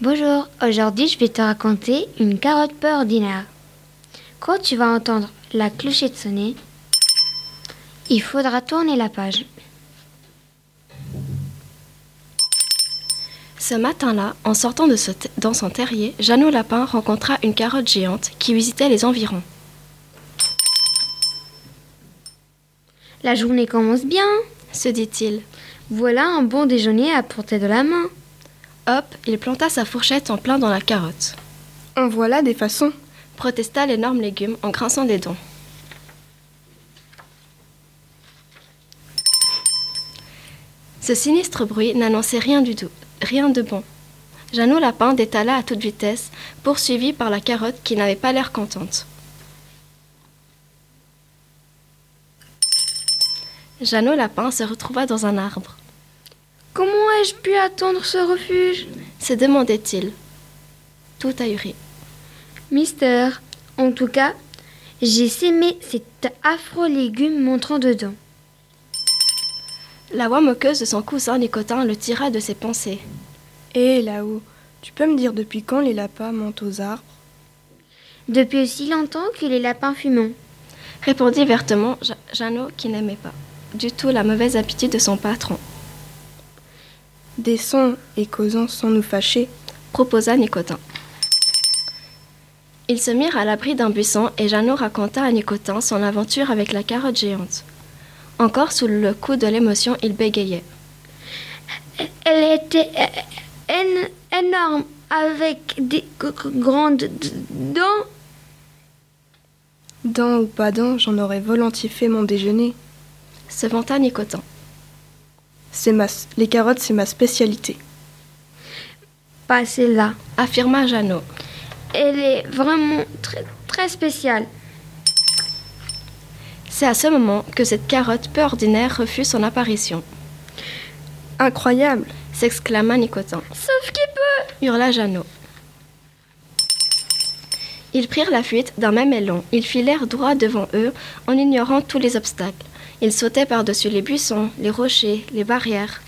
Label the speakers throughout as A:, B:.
A: Bonjour, aujourd'hui je vais te raconter une carotte peu ordinaire. Quand tu vas entendre la clochette sonner, il faudra tourner la page.
B: Ce matin-là, en sortant de ce- dans son terrier, Jeannot Lapin rencontra une carotte géante qui visitait les environs.
A: La journée commence bien.
B: Se dit-il.
A: Voilà un bon déjeuner à portée de la main.
B: Hop, il planta sa fourchette en plein dans la carotte.
C: En voilà des façons.
B: Protesta l'énorme légume en grinçant des dents. Ce sinistre bruit n'annonçait rien du tout, rien de bon. Jeannot Lapin détala à toute vitesse, poursuivi par la carotte qui n'avait pas l'air contente. Jeannot Lapin se retrouva dans un arbre.
A: Comment ai-je pu attendre ce refuge
B: Se demandait-il. Tout ahuri.
A: Mystère. En tout cas, j'ai sémé cet affreux légume montrant dedans.
B: La voix moqueuse de son cousin Nicotin le tira de ses pensées.
C: Et là-haut, tu peux me dire depuis quand les lapins montent aux arbres
A: Depuis aussi longtemps que les lapins fumants.
B: répondit vertement Ja- Jeannot qui n'aimait pas du tout la mauvaise habitude de son patron,
C: Des sons et causant sans nous fâcher.
B: proposa Nicotin. Ils se mirent à l'abri d'un buisson et Jeannot raconta à Nicotin son aventure avec la carotte géante. Encore sous le coup de l'émotion, il bégayait.
A: Elle était euh, en- énorme avec des g- g- grandes d- dents.
C: Dents ou pas dents, j'en aurais volontiers fait mon déjeuner.
B: Se vanta Nicotin.
C: C'est ma... Les carottes, c'est ma spécialité.
A: Pas celle-là.
B: Affirma Jeannot.
A: Elle est vraiment très, très spéciale.
B: C'est à ce moment que cette carotte peu ordinaire refut son apparition.
C: Incroyable
B: S'exclama Nicotin.
A: Sauf qu'il peut.
B: hurla Jeannot. Ils prirent la fuite d'un même élan. Ils filèrent droit devant eux en ignorant tous les obstacles. Ils sautaient par-dessus les buissons, les rochers, les barrières.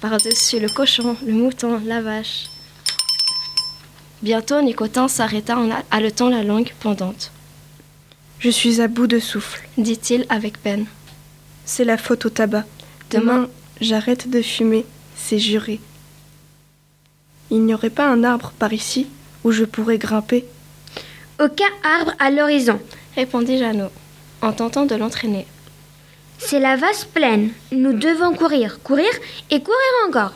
B: Par-dessus le cochon, le mouton, la vache. Bientôt, Nicotin s'arrêta en a- haletant la langue pendante.
C: Je suis à bout de souffle.
B: Dit-il avec peine.
C: C'est la faute au tabac. Demain, j'arrête de fumer. C'est juré. Il n'y aurait pas un arbre par ici où je pourrais grimper
A: Aucun arbre à l'horizon.
B: Répondit Jeannot, en tentant de l'entraîner.
A: C'est la vaste plaine. Nous devons courir, courir et courir encore.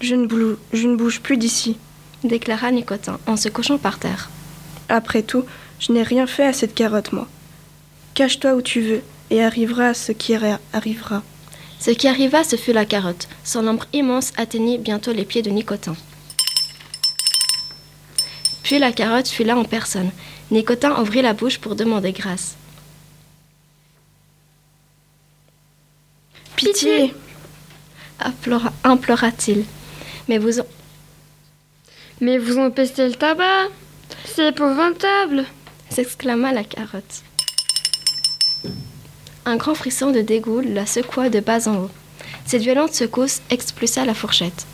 C: Je ne bouge, je ne bouge plus d'ici.
B: Déclara Nicotin en se couchant par terre.
C: Après tout, je n'ai rien fait à cette carotte, moi. Cache-toi où tu veux, et arrivera ce qui arri- arrivera.
B: Ce qui arriva, ce fut la carotte. Son ombre immense atteignit bientôt les pieds de Nicotin. Puis la carotte fut là en personne. Nicotin ouvrit la bouche pour demander grâce.
A: Pitié.
B: Implora- Implora-t-il. Mais vous,
A: Mais vous empestez le tabac. C'est épouvantable.
B: s'exclama la carotte. Un grand frisson de dégoût la secoua de bas en haut. Cette violente secousse expulsa la fourchette.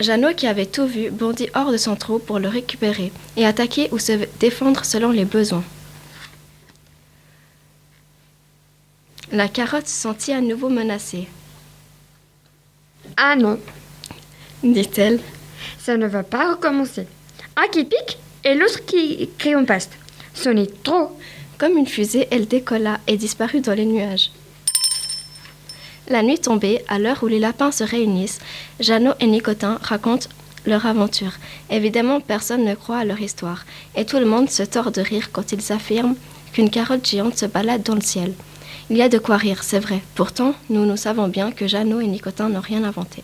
B: Jeannot, qui avait tout vu, bondit hors de son trou pour le récupérer et attaquer ou se défendre selon les besoins. La carotte se sentit à nouveau menacée.
A: Ah non,
B: Dit-elle,
A: ça ne va pas recommencer. Un qui pique et l'autre qui crie en paste. Ce n'est trop.
B: Comme une fusée, elle décolla et disparut dans les nuages. La nuit tombée, à l'heure où les lapins se réunissent, Jeannot et Nicotin racontent leur aventure. Évidemment, personne ne croit à leur histoire, et tout le monde se tord de rire quand ils affirment qu'une carotte géante se balade dans le ciel. Il y a de quoi rire, c'est vrai. Pourtant, nous, nous savons bien que Jeannot et Nicotin n'ont rien inventé.